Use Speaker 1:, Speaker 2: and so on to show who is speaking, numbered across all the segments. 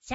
Speaker 1: シ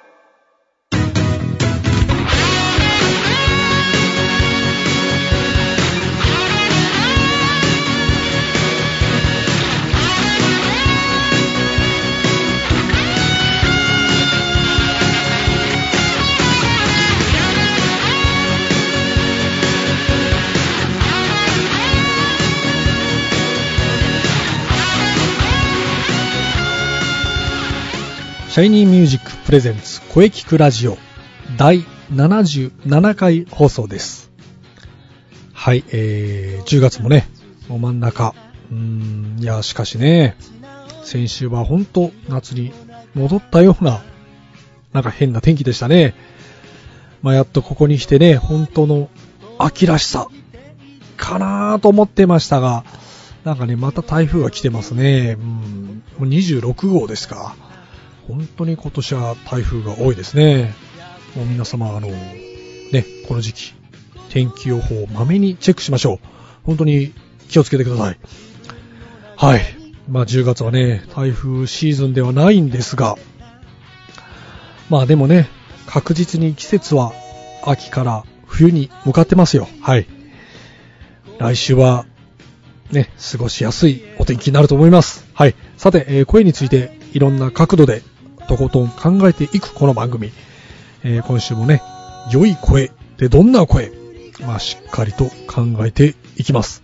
Speaker 2: シャイニーミュージックプレゼンツ声聞くラジオ第77回放送です。はい、えー、10月もね、もう真ん中。うーん、いや、しかしね、先週は本当夏に戻ったような、なんか変な天気でしたね。まあ、やっとここに来てね、本当の秋らしさ、かなーと思ってましたが、なんかね、また台風が来てますね。うん、もう26号ですか。本当に今年は台風が多いですね。もう皆様、あの、ね、この時期、天気予報をまめにチェックしましょう。本当に気をつけてください。はい。まあ10月はね、台風シーズンではないんですが、まあでもね、確実に季節は秋から冬に向かってますよ。はい。来週はね、過ごしやすいお天気になると思います。はい。さて、えー声についていろんな角度でとことん考えていくこの番組。えー今週もね、良い声ってどんな声まあ、しっかりと考えていきます。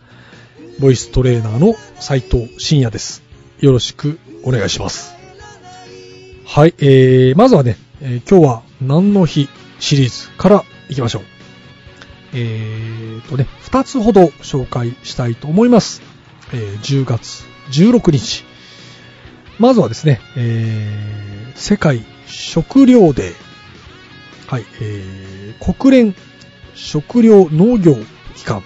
Speaker 2: ボイストレーナーの斉藤慎也です。よろしくお願いします。はい、えー、まずはね、えー今日は何の日シリーズからいきましょう。えーとね、二つほど紹介したいと思います。えー10月16日。まずはですね、えー世界食糧デー。はい、えー国連食糧農業機関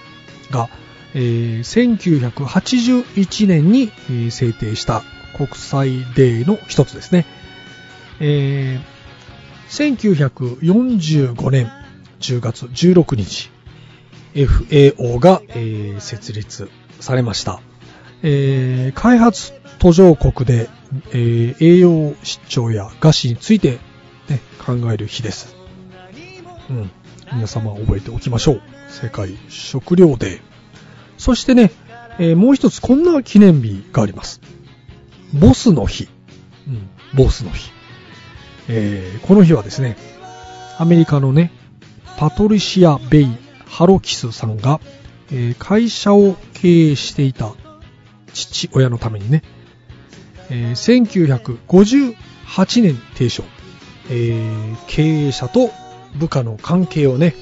Speaker 2: が、えー1981年に、えー制定した国際デーの一つですね。えー1945年10月16日、FAO が、えー設立されました。えー開発途上国で、えー栄養失調や餓死について、ね、考える日です。うん。皆様覚えておきましょう。世界食糧デー。そしてね、えーもう一つこんな記念日があります。ボスの日。うん、ボスの日。えーこの日はですね、アメリカのね、パトリシア・ベイ・ハロキスさんが、えー会社を経営していた父親のためにね、えー1958年提唱、えー経営者と部下の関係をね、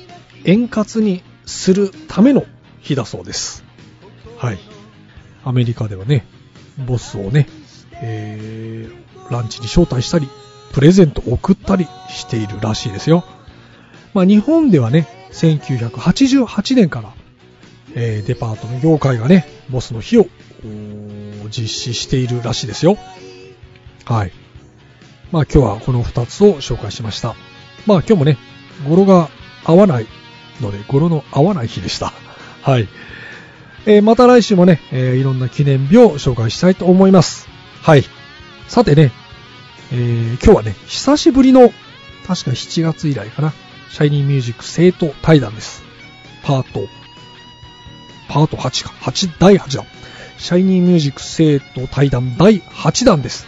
Speaker 2: 円滑にするための日だそうです。はい。アメリカではね、ボスをね、えーランチに招待したり、プレゼントを送ったりしているらしいですよ。まあ、日本ではね、1988年から、えーデパートの業界がね、ボスの日をおー実施しているらしいですよ。はい。まあ今日はこの2つを紹介しました。まあ今日もね、語呂が合わないので、語呂の合わない日でした。はい。えーまた来週もね、えーいろんな記念日を紹介したいと思います。はい。さてね、えー今日はね、久しぶりの、確か7月以来かな、シャイニーミュージック生徒対談です。パート、パート8か、8、第8弾。シャイニーミュージック生徒対談第8弾です。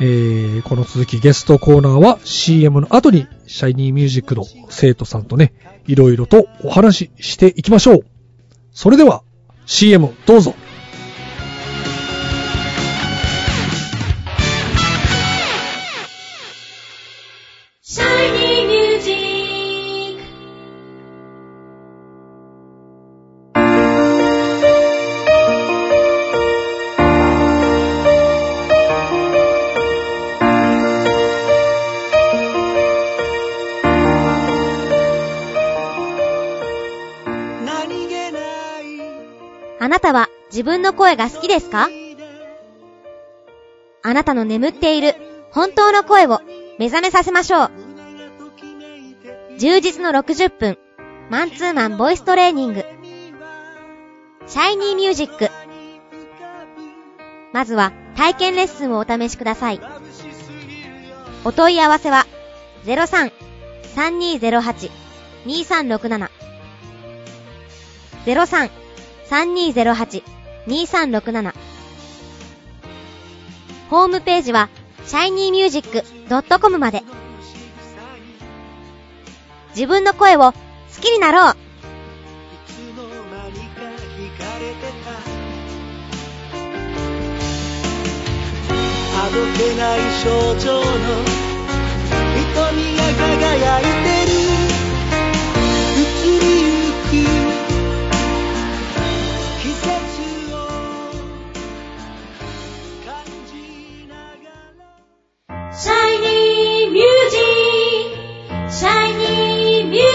Speaker 2: えーこの続きゲストコーナーは CM の後にシャイニーミュージックの生徒さんとね、いろいろとお話ししていきましょう。それでは CM どうぞ。
Speaker 1: シャイニーミュージック
Speaker 3: 何気ない
Speaker 1: あなたは自分の声が好きですかあなたの眠っている本当の声を目覚めさせましょう。充実の60分、マンツーマンボイストレーニング。シャイニーミュージック。まずは体験レッスンをお試しください。お問い合わせは、03-3208-2367。03-3208-2367。ホームページは、shinymusic.com まで。自分の声を好きになろう
Speaker 3: つの間にか惹かれてたあどけない象徴の瞳が輝いてる移りゆく季節を感じながら
Speaker 4: Shiny music, shiny music.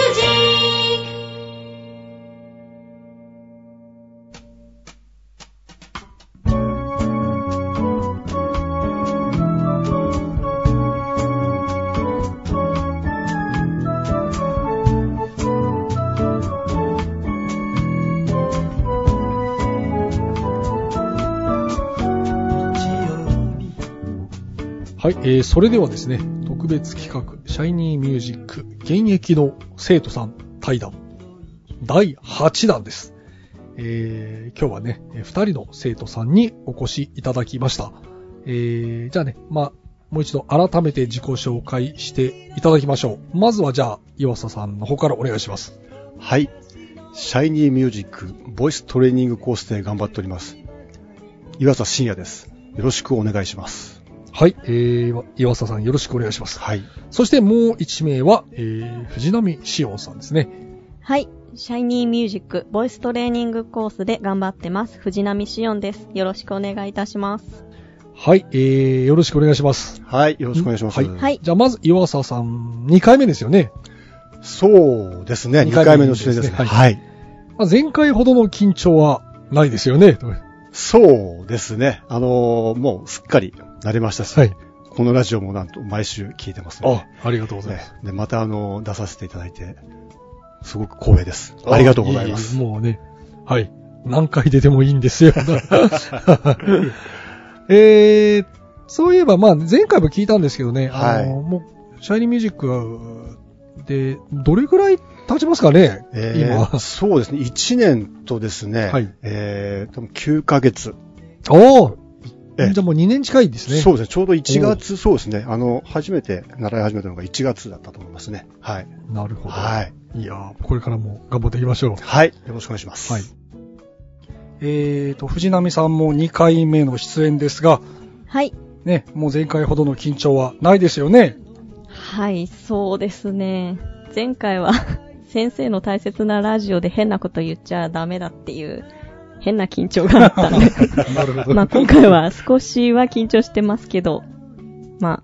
Speaker 2: はい、えー、それではですね、特別企画、シャイニーミュージック現役の生徒さん対談、第8弾です。えー、今日はね、えー二人の生徒さんにお越しいただきました。えー、じゃあね、まあ、もう一度改めて自己紹介していただきましょう。まずはじゃあ、岩佐さんの方からお願いします。
Speaker 5: はい。シャイニーミュージック、ボイストレーニングコースで頑張っております。岩佐信也です。よろしくお願いします。
Speaker 2: はい、えー、岩佐さんよろしくお願いします。
Speaker 5: はい。
Speaker 2: そしてもう一名は、えー、藤波しおんさんですね。
Speaker 6: はい。シャイニーミュージック、ボイストレーニングコースで頑張ってます。藤波しおんです。よろしくお願いいたします。
Speaker 2: はい、えー、よろしくお願いします。
Speaker 5: はい。よろしくお願いします。
Speaker 2: はい。
Speaker 6: はい
Speaker 2: じゃあ、まず、岩佐さん、2回目ですよね。
Speaker 5: そうですね。
Speaker 2: 二
Speaker 5: 2
Speaker 2: 回目
Speaker 5: 回目の出演ですね。
Speaker 2: ですね
Speaker 5: はい、
Speaker 2: まあ前回ほどの緊張はないですよね。
Speaker 5: そうですね。あのーもうすっかり慣れましたし、
Speaker 2: はい。
Speaker 5: このラジオもなんと毎週聞いてますので
Speaker 2: あ、ありがとうございま
Speaker 5: ね
Speaker 2: す。
Speaker 5: で、またあのー出させていただいて、すごく光栄です。ありがとうございます。
Speaker 2: ええもうね、はい。何回出てもいいん ですよ。えー、そういえば、まあ、前回も聞いたんですけどね、あの、もう、シャイニーミュージックで、どれぐらい経ちますかね、
Speaker 5: えー
Speaker 2: 今。
Speaker 5: そうですね。1年とですね、
Speaker 2: はい
Speaker 5: えー、多分9ヶ月
Speaker 2: おー
Speaker 5: ええ
Speaker 2: じゃあもう2年近いですね。
Speaker 5: そうですね。ちょうど1月、そうですね。あの、初めて習い始めたのが1月だったと思いますね。はい。
Speaker 2: なるほど。
Speaker 5: はい。
Speaker 2: いやーこれからも頑張っていきましょう。
Speaker 5: はい。よろしくお願いします。
Speaker 2: はい。えーと、藤波さんも2回目の出演ですが、
Speaker 6: はい。
Speaker 2: ね、もう前回ほどの緊張はないですよね。
Speaker 6: はい、そうですね。前回は、 先生の大切なラジオで変なこと言っちゃダメだっていう、変な緊張があっ たので。
Speaker 2: なるほ
Speaker 6: まあ今回は少しは緊張してますけど、まあ、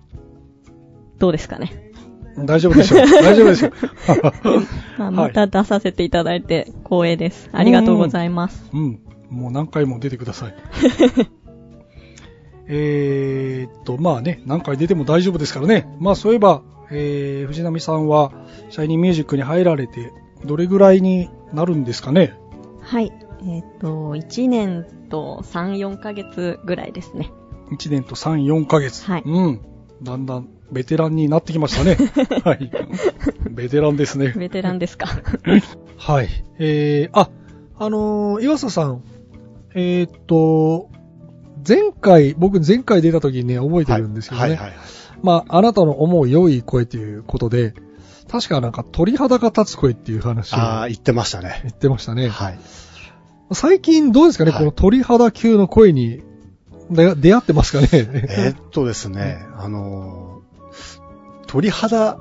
Speaker 6: どうですかね。
Speaker 2: ど。 大丈夫でしょう。大丈夫でしょう。
Speaker 6: ま
Speaker 2: は
Speaker 6: あ、ま
Speaker 2: い
Speaker 6: た出させていただいて光栄です。ありがとうございます。
Speaker 2: うん。もう何回も出てください。えーっと、まあね、何回出ても大丈夫ですからね。まあそういえば、えー、藤波さんは、シャイニーミュージックに入られて、どれぐらいになるんですかね
Speaker 6: はい。えっ、と、1年と3、4ヶ月ぐらいですね。
Speaker 2: 1年と3、4ヶ月。
Speaker 6: はい
Speaker 2: うん。だんだんベテランになってきましたね。 はい。ベテランですね。
Speaker 6: ベテランですか。
Speaker 2: はい。えー、あ、あのー岩佐さん、えーっと、前回、僕前回出た時にね、覚えてるんですけどね。
Speaker 5: はい。はい。はい
Speaker 2: まあ、あなたの思う良い声ということで、確かなんか鳥肌が立つ声っていう話を
Speaker 5: あ
Speaker 2: 言
Speaker 5: あ、言ってましたね。
Speaker 2: ってましたね。
Speaker 5: はい。
Speaker 2: 最近どうですかね、
Speaker 5: はい
Speaker 2: この鳥肌級の声に出出会ってますかね。
Speaker 5: えーっとですね、あのー鳥肌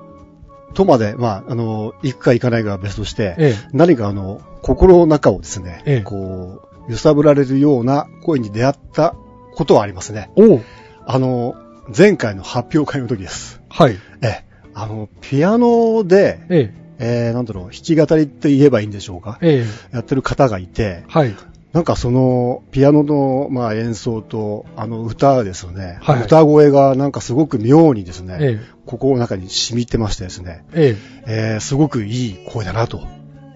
Speaker 5: とまで、まあ、あのー行くか行かないかは別として、
Speaker 2: ええ
Speaker 5: 何かあの、心の中をですね、
Speaker 2: ええ
Speaker 5: こう、揺さぶられるような声に出会ったことはありますね。
Speaker 2: おう
Speaker 5: あのー前回の発表会の時です。
Speaker 2: はい。
Speaker 5: ええ、あの、ピアノで、
Speaker 2: ええ。
Speaker 5: えー、なんだろう、弾き語りって言えばいいんでしょうか
Speaker 2: ええ。
Speaker 5: やってる方がいて、
Speaker 2: はい。
Speaker 5: なんかその、ピアノの、まあ、演奏と、あの、歌ですよね。
Speaker 2: はい
Speaker 5: 歌声が、なんかすごく妙にですね、
Speaker 2: ええ。
Speaker 5: 心の中に染みてましてですね、
Speaker 2: え
Speaker 5: えー、すごくいい声だな、と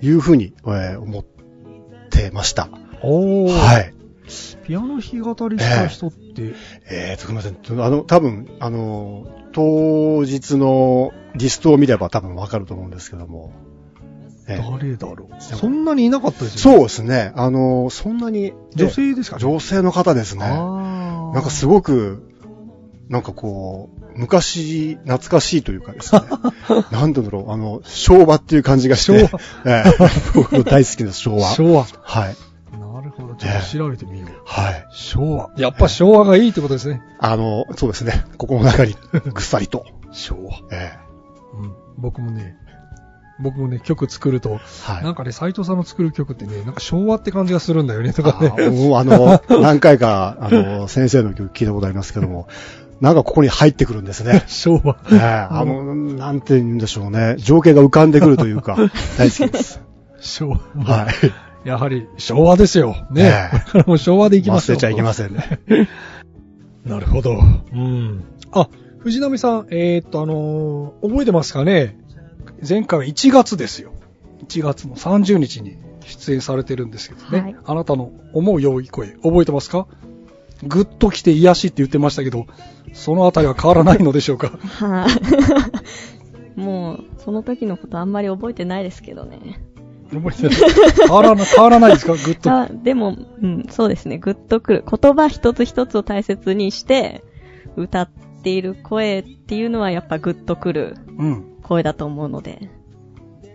Speaker 5: いうふうに、えー思ってました。
Speaker 2: え。おー。
Speaker 5: はい。
Speaker 2: ピアノ弾き語りした人って、
Speaker 5: えーと、すみません。あの、多分、あの、当日のリストを見れば多分わかると思うんですけども。えー
Speaker 2: 誰だろう。そんなにいなかったですよ
Speaker 5: そ
Speaker 2: ね。
Speaker 5: うですね。あの、そんなに。
Speaker 2: 女性ですかね
Speaker 5: 女性の方ですね。
Speaker 2: ああ。
Speaker 5: なんかすごく、なんかこう、昔、懐かしいという かですね。なんだろう、あの、昭和っていう感じがして。
Speaker 2: 昭
Speaker 5: ええ僕の大好きな昭和。
Speaker 2: 昭和。
Speaker 5: はい。
Speaker 2: なるほど。ちょっと調べてみよう。
Speaker 5: はい。
Speaker 2: 昭和。やっぱ昭和がいいってことですね。
Speaker 5: あの、そうですね。ここ の中に、ぐっさりと。
Speaker 2: 昭和。
Speaker 5: ええ
Speaker 2: うん。僕もね、僕もね、曲作ると、
Speaker 5: はい。
Speaker 2: なんかね、斎藤さんの作る曲ってね、なんか昭和って感じがするんだよね、とか
Speaker 5: あ
Speaker 2: ね。。
Speaker 5: もうあの、何回か、あの、先生の曲聞いたことありますけども、なんかここに入ってくるんですね
Speaker 2: 昭和。
Speaker 5: ええあの、なんて言うんでしょうね。情景が浮かんでくるという か、大好きです。
Speaker 2: 昭和。
Speaker 5: はい。
Speaker 2: やはり昭和ですよ。ね。
Speaker 5: え
Speaker 2: これ
Speaker 5: え
Speaker 2: からもう昭和でいきます
Speaker 5: 忘
Speaker 2: よ。
Speaker 5: れちゃいけませんね。
Speaker 2: なるほど。うん。あ、藤波さん、えーっと、あのー覚えてますかね前回は1月ですよ。1月の30日に出演されてるんですけどね。
Speaker 6: はい
Speaker 2: あなたの思う良い声、覚えてますかぐっと来て癒しって言ってましたけど、そのあたりは変わらないのでしょう か
Speaker 6: はい、 もう、その時のことあんまり覚えてないですけどね。
Speaker 2: 覚えてない変わらない、変わらないですかぐっと。
Speaker 6: あでも、うん、そうですね。グッとくる。言葉一つ一つを大切にして、歌っている声っていうのはやっぱグッとくる
Speaker 2: うん。
Speaker 6: 声だと思うので。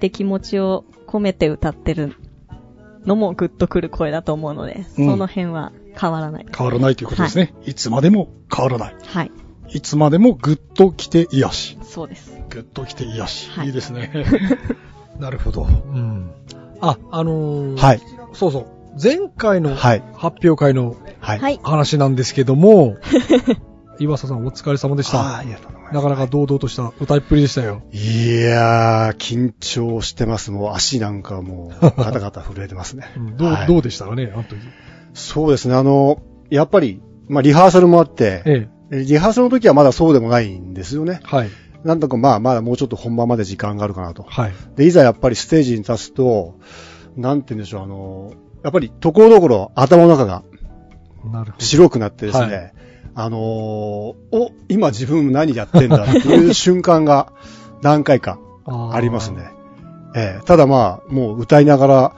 Speaker 6: で、気持ちを込めて歌ってるのもグッとくる声だと思うので、
Speaker 2: うん
Speaker 6: その辺は変わらない。
Speaker 2: 変わらないということですね。い、つまでも変わらない。
Speaker 6: はい。
Speaker 2: いつまでもぐっと来て癒し。
Speaker 6: そうです。
Speaker 2: グッと来て癒し。
Speaker 6: はい
Speaker 2: い、いです ね。なるほど。うん。あ、あのー
Speaker 5: はい。
Speaker 2: そうそう。前回の
Speaker 5: は
Speaker 2: 発
Speaker 5: い
Speaker 2: 表会の
Speaker 5: はい。
Speaker 6: はい。
Speaker 2: 話なんですけど も、岩佐さんお疲れ様でし
Speaker 5: ああ、
Speaker 2: た。
Speaker 5: ありがとうございます。
Speaker 2: なかなか堂々とした歌いっぷりでしたよ。。
Speaker 5: いやー、緊張してます。もう足なんかもう、ガタガタ震えてますね
Speaker 2: うんどう、
Speaker 5: はい
Speaker 2: どうでしたかね、あの時。
Speaker 5: そうですね。あの、やっぱり、まあ、リハーサルもあって、
Speaker 2: ええ。
Speaker 5: リハーサルの時はまだそうでもないんですよね。
Speaker 2: はい。
Speaker 5: なんとかまあ、まだもうちょっと本番まで時間があるかなと。
Speaker 2: はい。
Speaker 5: で、いざやっぱりステージに立つと、なんて言うんでしょう、あの、やっぱりところどころ頭の中が
Speaker 2: なるほど。
Speaker 5: 白くなってですね、
Speaker 2: はい
Speaker 5: あのーお、今自分何やってんだっていう瞬間が何回か
Speaker 2: あー
Speaker 5: あります。ね。ええただまあ、もう歌いながら、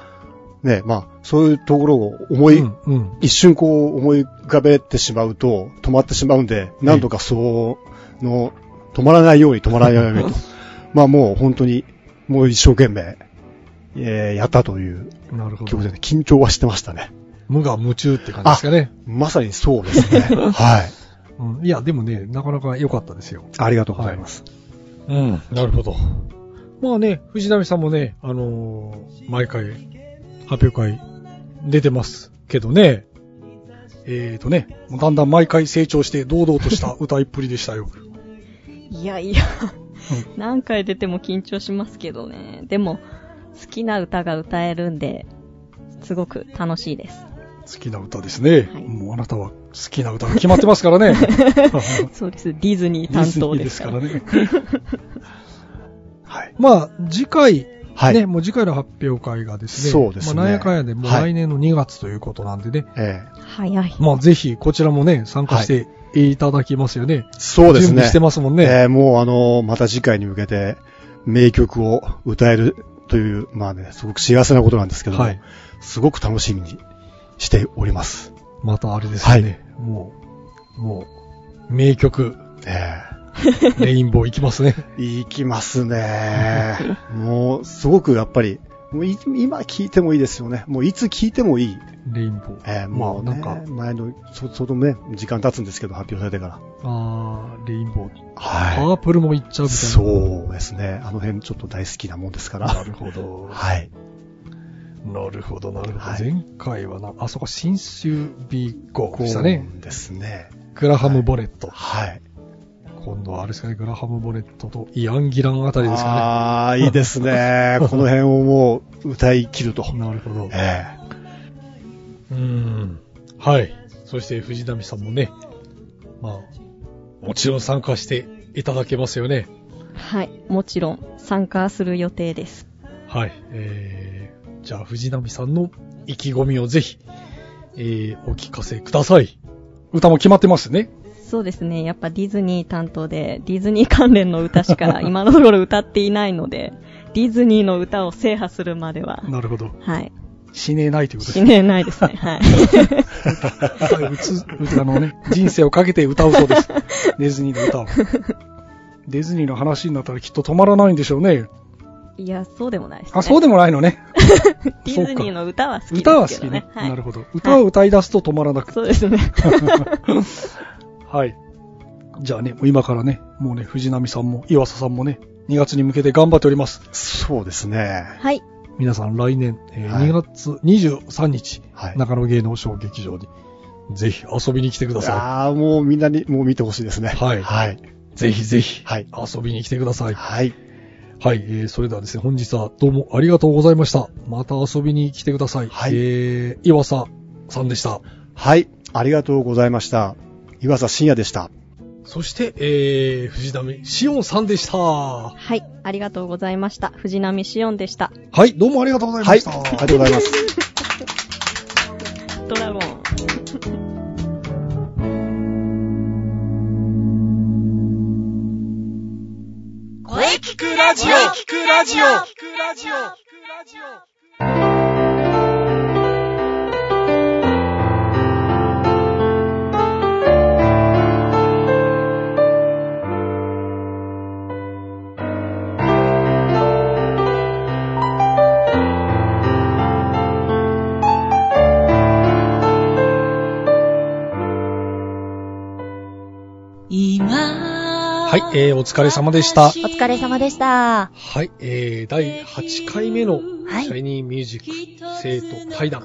Speaker 5: ね、まあ、そういうところを思い、
Speaker 2: うん、うん。
Speaker 5: 一瞬こう思い浮かべてしまうと止まってしまうんで、なんとかそうの、止まらないように止まらないようにと。 まあもう本当に、もう一生懸命、えーやったという
Speaker 2: なるほど
Speaker 5: 曲。でね、緊張はしてましたね。
Speaker 2: 無我夢中って感じですかね。
Speaker 5: まさにそうです ね。はい。
Speaker 2: うん。いや、でもね、なかなか良かったですよ。
Speaker 5: ありがとうございます。
Speaker 2: うん、なるほど。まあね、藤波さんもね、あのー毎回、発表会、出てますけどね。えーとね、だんだん毎回成長して堂々とした歌いっぷりでした よ。
Speaker 6: いやいや、何回出ても緊張しますけどね。でも、好きな歌が歌えるんで、すごく楽しいです。
Speaker 2: 好きな歌ですね。
Speaker 6: はい
Speaker 2: もうあなたは好きな歌が決まってますから ね。
Speaker 6: そうです。ディズニー担当
Speaker 2: ディ
Speaker 6: で
Speaker 2: ズ
Speaker 6: す
Speaker 2: ニ
Speaker 6: か
Speaker 2: ーで
Speaker 6: ら。
Speaker 2: すからね。
Speaker 5: はい。
Speaker 2: まあ、次回、
Speaker 5: はい。
Speaker 2: ね、もう次回の発表会がですね、
Speaker 5: そうですね
Speaker 2: まあ、なんやかんやでもう
Speaker 5: はい
Speaker 2: 来年の2月ということなんでね、
Speaker 5: え
Speaker 6: 早い。
Speaker 2: まあぜひこちらもね、参加していただきますよね。
Speaker 5: ーそうですね。
Speaker 2: 準備してますもんね。
Speaker 5: えーもうあのーまた次回に向けて、名曲を歌えるという、まあね、すごく幸せなことなんですけども、
Speaker 2: はい
Speaker 5: すごく楽しみにしております。
Speaker 2: またあれですよね。もう、もう、名 曲、
Speaker 5: え
Speaker 2: レインボーいきますね。
Speaker 5: ー、いきますね。 もう、すごくやっぱり、もうい今聴いてもいいですよね。もういつ聴いてもいい。
Speaker 2: レインボー。
Speaker 5: えー、もう、
Speaker 2: まあ
Speaker 5: ね、
Speaker 2: なんか
Speaker 5: 前の、そ、そのね、時間経つんですけど、発表されてから。
Speaker 2: あー、レインボー。
Speaker 5: は
Speaker 2: パープルもいっちゃう
Speaker 5: い。
Speaker 2: みたいな。
Speaker 5: そうですね。あの辺ちょっと大好きなもんですから。
Speaker 2: なるほど。
Speaker 5: はい。
Speaker 2: なるほど、なるほど。
Speaker 5: はい
Speaker 2: 前回はな、あそこ、新州 B5 でしたね。
Speaker 5: そうですね。
Speaker 2: グラハム・ボレット。
Speaker 5: はい。
Speaker 2: 今度はあれですかね、グラハム・ボレットとイアン・ギランあたりですか
Speaker 5: ああ、いいで すね。この辺をもう歌い切ると。
Speaker 2: ね。なるほど。
Speaker 5: え
Speaker 2: うん。はい。そして藤波さんもね、まあ、もちろん参加していただけますよね。
Speaker 6: はい。もちろん、参加する予定です。
Speaker 2: はい。えー、じゃあ藤波さんの意気込みをぜひ、えーお聞かせください。歌も決まってますね。
Speaker 6: そうですね。やっぱディズニー担当で、ディズニー関連の歌し か今のところ歌っていないので、ディズニーの歌を制覇するまでは、
Speaker 2: なるほど。
Speaker 6: はい。
Speaker 2: 死ねないということで
Speaker 6: 死
Speaker 2: すね。
Speaker 6: ねないです ね。はい。
Speaker 2: うつ、うつ、あのね、人生をかけて歌うそうです。ディズニーの歌を。ディズニーの話になったらきっと止まらないんでしょうね。
Speaker 6: いや、そうでもないです、ね。
Speaker 2: あ、そうでもないのね。
Speaker 6: ディズニーの歌は好きですけ
Speaker 2: 歌
Speaker 6: ど、ね。
Speaker 2: は好きね。
Speaker 6: はい、
Speaker 2: なるほど。歌を歌い出すと止まらなくて。
Speaker 6: そ うですね。
Speaker 2: はい。じゃあね、もう今からね、もうね、藤波さんも岩佐さんもね、2月に向けて頑張っております。
Speaker 5: そうですね。
Speaker 6: はい。
Speaker 2: 皆さん来年、えー
Speaker 5: はい
Speaker 2: 2月23日、
Speaker 5: はい
Speaker 2: 中野芸能小劇場に、ぜひ遊びに来てくださ
Speaker 5: ああ、もうみんなに、もう見てほしいですね。
Speaker 2: はい
Speaker 5: はい。
Speaker 2: い。ぜひぜひ、
Speaker 5: はい
Speaker 2: 遊びに来てください。
Speaker 5: はい。
Speaker 2: はい、えー、それではですね、本日はどうもありがとうございました。また遊びに来てください。
Speaker 5: はい
Speaker 2: えー、岩佐さんでした。
Speaker 5: はい。ありがとうございました。岩佐深也でした。
Speaker 2: そして、えー、藤波しおんさんでした。は
Speaker 6: はい。ありがとうございました。藤波しおんでした。
Speaker 2: い、どうもありがとうござい
Speaker 5: は
Speaker 2: ま
Speaker 5: い。
Speaker 2: した。
Speaker 5: ありがとうございます。
Speaker 6: ドラゴン。
Speaker 4: 声聞くラジオ聞くラジオ聞くラジオ
Speaker 2: はい、えー、お疲れ様でした。
Speaker 1: お疲れ様でした。
Speaker 2: はい、えー、第8回目の、
Speaker 1: はい
Speaker 2: シャイニーミュージック生徒対談、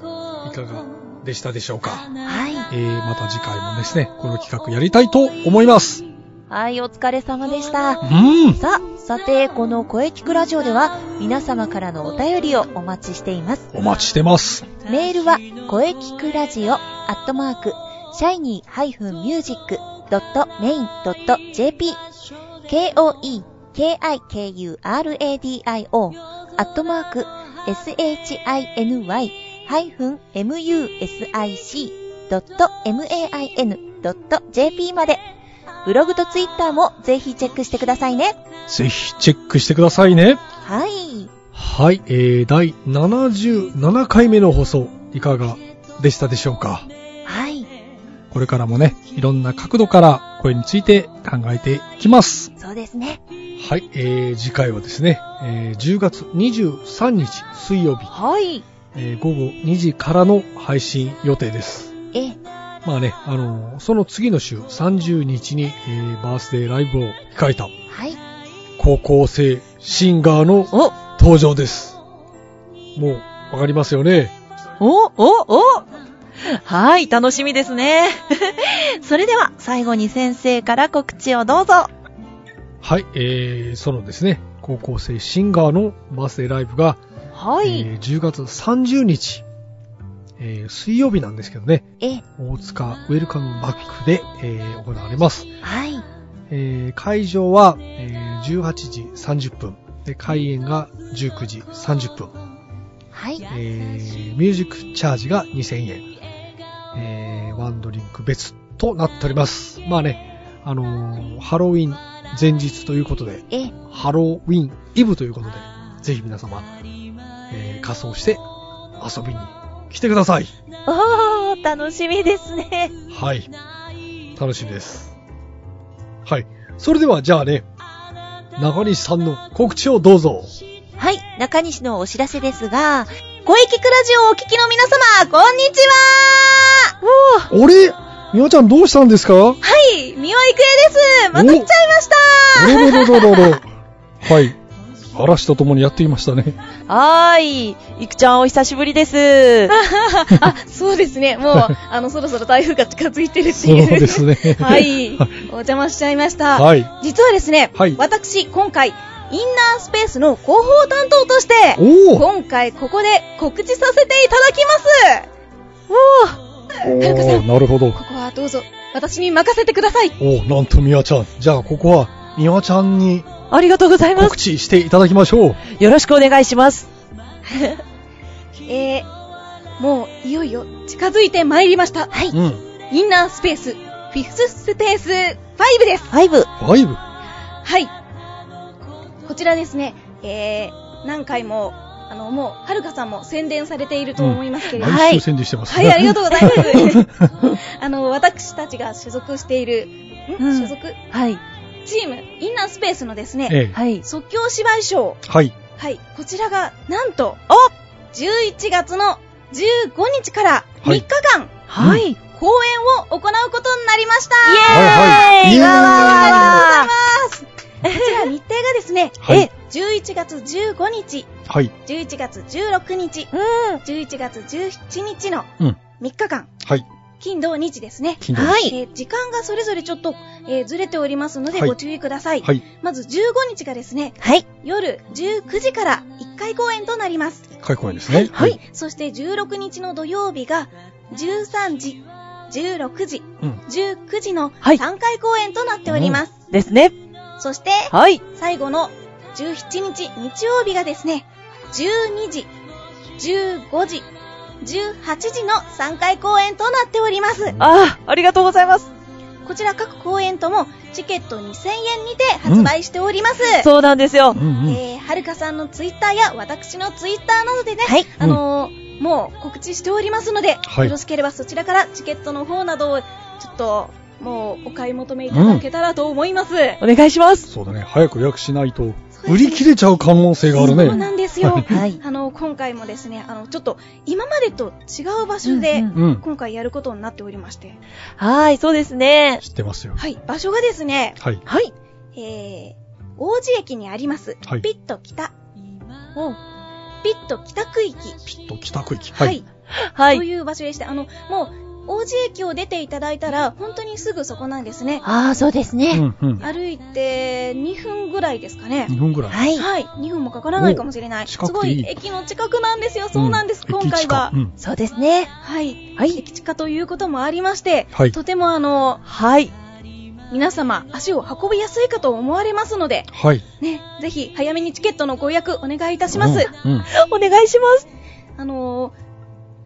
Speaker 2: いかがでしたでしょうか。
Speaker 1: はい。
Speaker 2: えー、また次回もですね、この企画やりたいと思います。
Speaker 1: はい、お疲れ様でした
Speaker 2: う。ん。
Speaker 1: さあ、さて、この声聞くラジオでは、皆様からのお便りをお待ちしています。
Speaker 2: お待ちしてます。
Speaker 1: メールは、声聞くラジオ、アットマーク、シャイニー -music.main.jp、k-o-e-k-i-k-u-r-a-d-i-o、アットマーク、shiny-music.main.jp まで、ブログとツイッターもぜひチェックしてくださいね。
Speaker 2: ぜひチェックしてくださいね。
Speaker 1: はい。
Speaker 2: はい、えー、第77回目の放送、いかがでしたでしょうか。
Speaker 1: はい。
Speaker 2: これからもね、いろんな角度から声について考えていきます。
Speaker 1: そうですね。
Speaker 2: はい、えー、次回はですね、えー10月23日水曜日、
Speaker 1: はい。
Speaker 2: えー午後2時からの配信予定です。
Speaker 1: え、
Speaker 2: まあね、あのーその次の週30日に、えーバースデーライブを控えた
Speaker 1: はい。
Speaker 2: 高校生シンガーの
Speaker 1: お、
Speaker 2: 登場です。もうわかりますよね。
Speaker 7: お、お、おはい、楽しみですね。 それでは、最後に先生から告知をどうぞ。
Speaker 2: はい、えー、そのですね、高校生シンガーのバースデーライブが、
Speaker 1: は
Speaker 2: え
Speaker 1: い。
Speaker 2: ー10月30日、えー水曜日なんですけどね、
Speaker 1: え、
Speaker 2: 大塚ウェルカムバックで、えー行われます。
Speaker 1: はい。
Speaker 2: えー会場は、えー18時30分。で、開演が19時30分。
Speaker 1: はい。
Speaker 2: えーミュージックチャージが2000円。えーワンドリンク別となっております。まあね、あのーハロウィン前日ということで、
Speaker 1: え、
Speaker 2: ハロウィンイブということで、ぜひ皆様、えー仮装して遊びに来てください。
Speaker 1: おー、楽しみですね。
Speaker 2: はい。楽しみです。はい。それでは、じゃあね、中西さんの告知をどうぞ。
Speaker 1: はい。中西のお知らせですが、声聞くラジオをお聞きの皆様、こんにちはおー
Speaker 2: あれみおちゃんどうしたんですか
Speaker 1: は
Speaker 2: お
Speaker 1: い、三輪郁恵ですまた来ちゃいました
Speaker 2: れどどどどど。はい。嵐と共にやっていましたね。
Speaker 7: はーい、いくちゃんお久しぶりです。
Speaker 8: あ、そうですね。 もう、あの、そろそろ台風が近づいてるって
Speaker 2: そう
Speaker 8: いう。
Speaker 2: ですね。
Speaker 8: はい。お邪魔しちゃいました。
Speaker 2: はい。
Speaker 8: 実はですね、
Speaker 2: はい
Speaker 8: 私、今回、インナースペースの広報担当として、
Speaker 2: おお
Speaker 8: 今回ここで告知させていただきます
Speaker 2: おーなるほど
Speaker 8: お。ーここはどうぞ、私に任せてください
Speaker 2: おーなんとみわちゃん。じゃあ、ここは、みわちゃんに
Speaker 7: ありがとうございます
Speaker 2: 告。知していただきましょう。。
Speaker 7: よろしくお願いします。
Speaker 8: えー、もういよいよ近づいてまいりました。はい
Speaker 2: うん。
Speaker 8: インナースペース、フィフススペース5です。
Speaker 1: 5。
Speaker 2: ファイブ。
Speaker 8: はい。こちらですね、えー、何回も、あの、もう、はるかさんも宣伝されていると思いますけれども、
Speaker 1: はい
Speaker 2: 毎週宣伝してます。
Speaker 8: はい、ありがとうございます。 あの、私たちが所属している、ん、
Speaker 7: うん
Speaker 8: 所属
Speaker 7: はい。
Speaker 8: チーム、インナースペースのですね、
Speaker 2: ええ。
Speaker 7: はい。
Speaker 8: 即興芝居賞、
Speaker 2: はい。
Speaker 8: はい、こちらが、なんと、11月の15日から3日間、
Speaker 7: はい。
Speaker 8: 公演を行うことになりました
Speaker 2: はいはい。いや
Speaker 8: ありがとうございますこちら日程がですね、
Speaker 2: はい
Speaker 8: え11月15日、
Speaker 2: はい。
Speaker 8: 11月16日、
Speaker 7: うん。
Speaker 8: 11月17日の
Speaker 2: うん。
Speaker 8: 3日間、
Speaker 2: はい。
Speaker 8: 金土日ですね。
Speaker 2: 金土日
Speaker 7: はい
Speaker 8: えー時間がそれぞれちょっと、えーずれておりますので
Speaker 2: はい
Speaker 8: ご注意ください。
Speaker 2: はい。
Speaker 8: まず15日がですね、
Speaker 1: はい。
Speaker 8: 夜19時から1回公演となります。
Speaker 2: 開公演ですね。
Speaker 7: はい。
Speaker 8: そして16日の土曜日が13時、16時、
Speaker 2: うん。
Speaker 8: 19時の
Speaker 7: はい
Speaker 8: 3回公演となっております。
Speaker 7: ですね。
Speaker 8: そして、
Speaker 7: はい。
Speaker 8: 最後の17日日曜日がですね、12時、15時、18時の3回公演となっております。
Speaker 7: ああ、ありがとうございます。
Speaker 8: こちら各公演ともチケット2000円にて発売しております。
Speaker 7: そうなんですよ
Speaker 2: う。んうん。
Speaker 8: えー、はるかさんのツイッターや私のツイッターなどでね、
Speaker 1: はい
Speaker 8: あのーもう告知しておりますので、
Speaker 2: はい
Speaker 8: よろしければそちらからチケットの方などをちょっともうお買い求めいただけたらと思います。
Speaker 7: お願いします。
Speaker 2: そうだね。早く予約しないと、
Speaker 8: ね
Speaker 2: 売り切れちゃう可能性があるね。
Speaker 8: そうなんですよ。
Speaker 1: はい。
Speaker 8: あの、今回もですね、あの、ちょっと、今までと違う場所
Speaker 7: う
Speaker 8: で
Speaker 7: ん、
Speaker 2: うん。
Speaker 8: 今回やることになっておりまして。
Speaker 7: はい、そうですね。
Speaker 2: 知ってますよ。
Speaker 8: はい、場所がですね、
Speaker 2: はい。
Speaker 7: はい。
Speaker 8: えー、王子駅にあります、
Speaker 2: はい
Speaker 8: ピット北、
Speaker 7: うん
Speaker 8: ピット北区域。
Speaker 2: ピッと北区域。
Speaker 8: はい。。
Speaker 7: は
Speaker 8: と
Speaker 7: い。
Speaker 8: いう場所でして、あの、もう、王子駅を出ていただいたら、本当にすぐそこなんですね。
Speaker 1: ああ、そうです
Speaker 2: う
Speaker 1: ね。
Speaker 2: んうん。
Speaker 8: 歩いて2分ぐらいですかね。
Speaker 2: 2分ぐらい。
Speaker 1: はい。
Speaker 8: はい、2分もかからないかもしれない。す
Speaker 2: 近く
Speaker 8: ご
Speaker 2: ていい
Speaker 8: い駅の近くなんですよ。そうなんです、
Speaker 2: う
Speaker 8: 今回は
Speaker 2: 駅近。うん。
Speaker 1: そうですね。
Speaker 8: はい。
Speaker 7: はい
Speaker 8: 駅近ということもありまして、
Speaker 2: はい
Speaker 8: とてもあの、
Speaker 7: はい。
Speaker 8: 皆様、足を運びやすいかと思われますので、
Speaker 2: はい。
Speaker 8: ね、ぜひ早めにチケットのご予約お願いいたします。
Speaker 2: うん。うん
Speaker 7: お願いします。
Speaker 8: あのー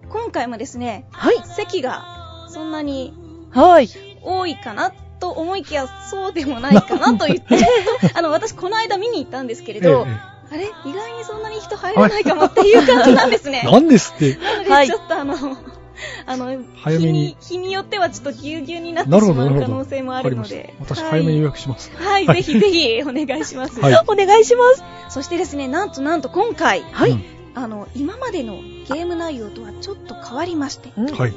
Speaker 8: 今回もですね、
Speaker 7: はい。
Speaker 8: 席がそんなに
Speaker 7: はい。
Speaker 8: 多いかなと思いきや、そうでもないかなと言って、 あの、私この間見に行ったんですけれ
Speaker 2: え
Speaker 8: ど、
Speaker 2: え
Speaker 8: あれ意外にそんなに人入らないかもっていう感じなんで すね。
Speaker 2: なんですって。
Speaker 8: なので
Speaker 7: はい
Speaker 8: ちょっと あの、あの、
Speaker 2: 早めに
Speaker 8: 日に、日によってはちょっとぎゅうぎゅうになって
Speaker 2: なる
Speaker 8: し
Speaker 2: ほど
Speaker 8: ま
Speaker 2: な
Speaker 8: う
Speaker 2: るほど
Speaker 8: 可能性もあ
Speaker 2: わか
Speaker 8: る
Speaker 2: り
Speaker 8: の
Speaker 2: ました
Speaker 8: で。。
Speaker 2: 私早めに予約します。
Speaker 8: はい、
Speaker 2: は
Speaker 8: はいい、ぜひぜひお願いします。
Speaker 2: はい
Speaker 7: お願いします。
Speaker 8: そしてですね、なんとなんと今回、
Speaker 7: はい
Speaker 2: うん
Speaker 8: あの、今までのゲーム内容とはちょっと変わりまして、
Speaker 7: うん
Speaker 2: はい。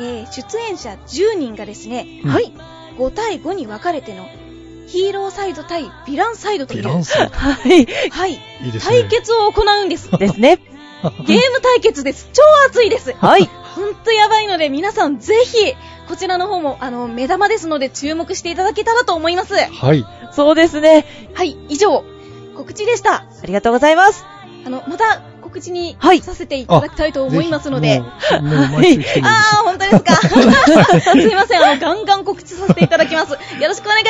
Speaker 8: えー出演者10人がですね、
Speaker 2: うん
Speaker 7: はい。
Speaker 8: 5対5に分かれての、ヒーローサイド対ヴィランサイドとい
Speaker 2: ヴ
Speaker 8: う、
Speaker 2: ィラン
Speaker 8: は
Speaker 2: サイ
Speaker 7: はい。
Speaker 8: い、
Speaker 2: ド。いいですね。
Speaker 8: 対決を行うんです。
Speaker 7: ですね。
Speaker 8: ゲーム対決です。超熱いです。
Speaker 7: はい。
Speaker 8: ほんとやばいので、皆さんぜひ、こちらの方も、あの、目玉ですので注目していただけたらと思います。は
Speaker 2: はい。
Speaker 7: そうですね。
Speaker 8: い、以上、告知でした。
Speaker 7: ありがとうございます。
Speaker 8: あの、また告知に
Speaker 7: はい
Speaker 8: させていただきたいと思いますので。
Speaker 2: ぜひもうもう毎週来てもいいです
Speaker 8: ああ、本当 ですか。すいません、あの、ガンガン告知させていただきます。よろしくお願いし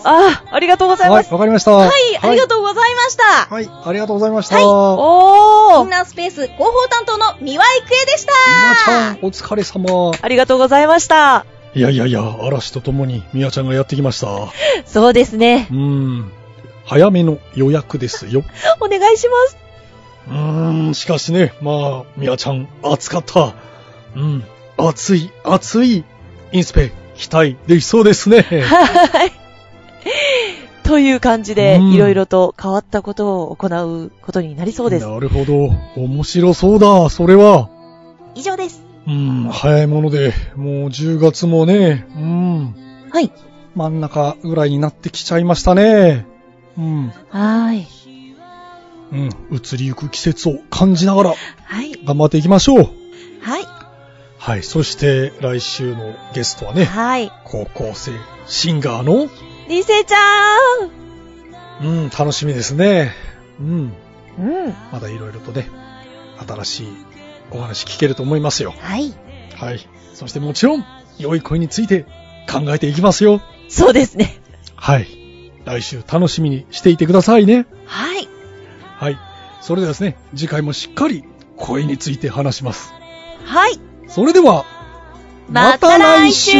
Speaker 8: ます。
Speaker 7: ああ、ありがとうござい
Speaker 2: は
Speaker 7: ま
Speaker 2: い、
Speaker 7: す。
Speaker 2: わかりました。
Speaker 8: はい、ありが
Speaker 2: う。
Speaker 8: とうございました。
Speaker 2: はい、ありがとうございました。
Speaker 7: お
Speaker 8: イン
Speaker 7: ー。
Speaker 8: ナースペース広報担当の三輪郁恵でした。
Speaker 2: みやちゃん、お疲れ様。
Speaker 7: ありがとうございました。
Speaker 2: いやいやいや、嵐とともにみやちゃんがやってきました。う
Speaker 7: そうですね。
Speaker 2: ーん。早めの予約ですよ。
Speaker 7: お願いします。
Speaker 2: うーん、しかしね、まあ、みやちゃん、暑かった。うん、暑い、暑い。インスペ、期待できそうですね。
Speaker 7: はい。という感じで、
Speaker 2: うん
Speaker 7: いろいろと変わったことを行うことになりそうです。
Speaker 2: なるほど。面白そうだ、それは。
Speaker 1: 以上です。
Speaker 2: うん、早いもので、もう10月もね、うん。
Speaker 1: はい。
Speaker 2: 真ん中ぐらいになってきちゃいましたね。うん。
Speaker 7: はい。
Speaker 2: うん。移りゆく季節を感じながら
Speaker 7: はい。
Speaker 2: 頑張っていきましょう。
Speaker 7: はい。
Speaker 2: はい。そして来週のゲストはね、
Speaker 7: はい。
Speaker 2: 高校生シンガーの、
Speaker 7: リセちゃん
Speaker 2: うん、楽しみですね。うん。
Speaker 7: うん。
Speaker 2: まだいろいろとね、新しいお話聞けると思いますよ。
Speaker 1: はい。
Speaker 2: はい。そしてもちろん、良い声について考えていきますよ。
Speaker 7: そうですね。
Speaker 2: はい。来週楽しみにしていてくださいね。
Speaker 7: はい。
Speaker 2: はい。それではですね、次回もしっかり声について話します。はい。
Speaker 8: それでは、
Speaker 2: また来週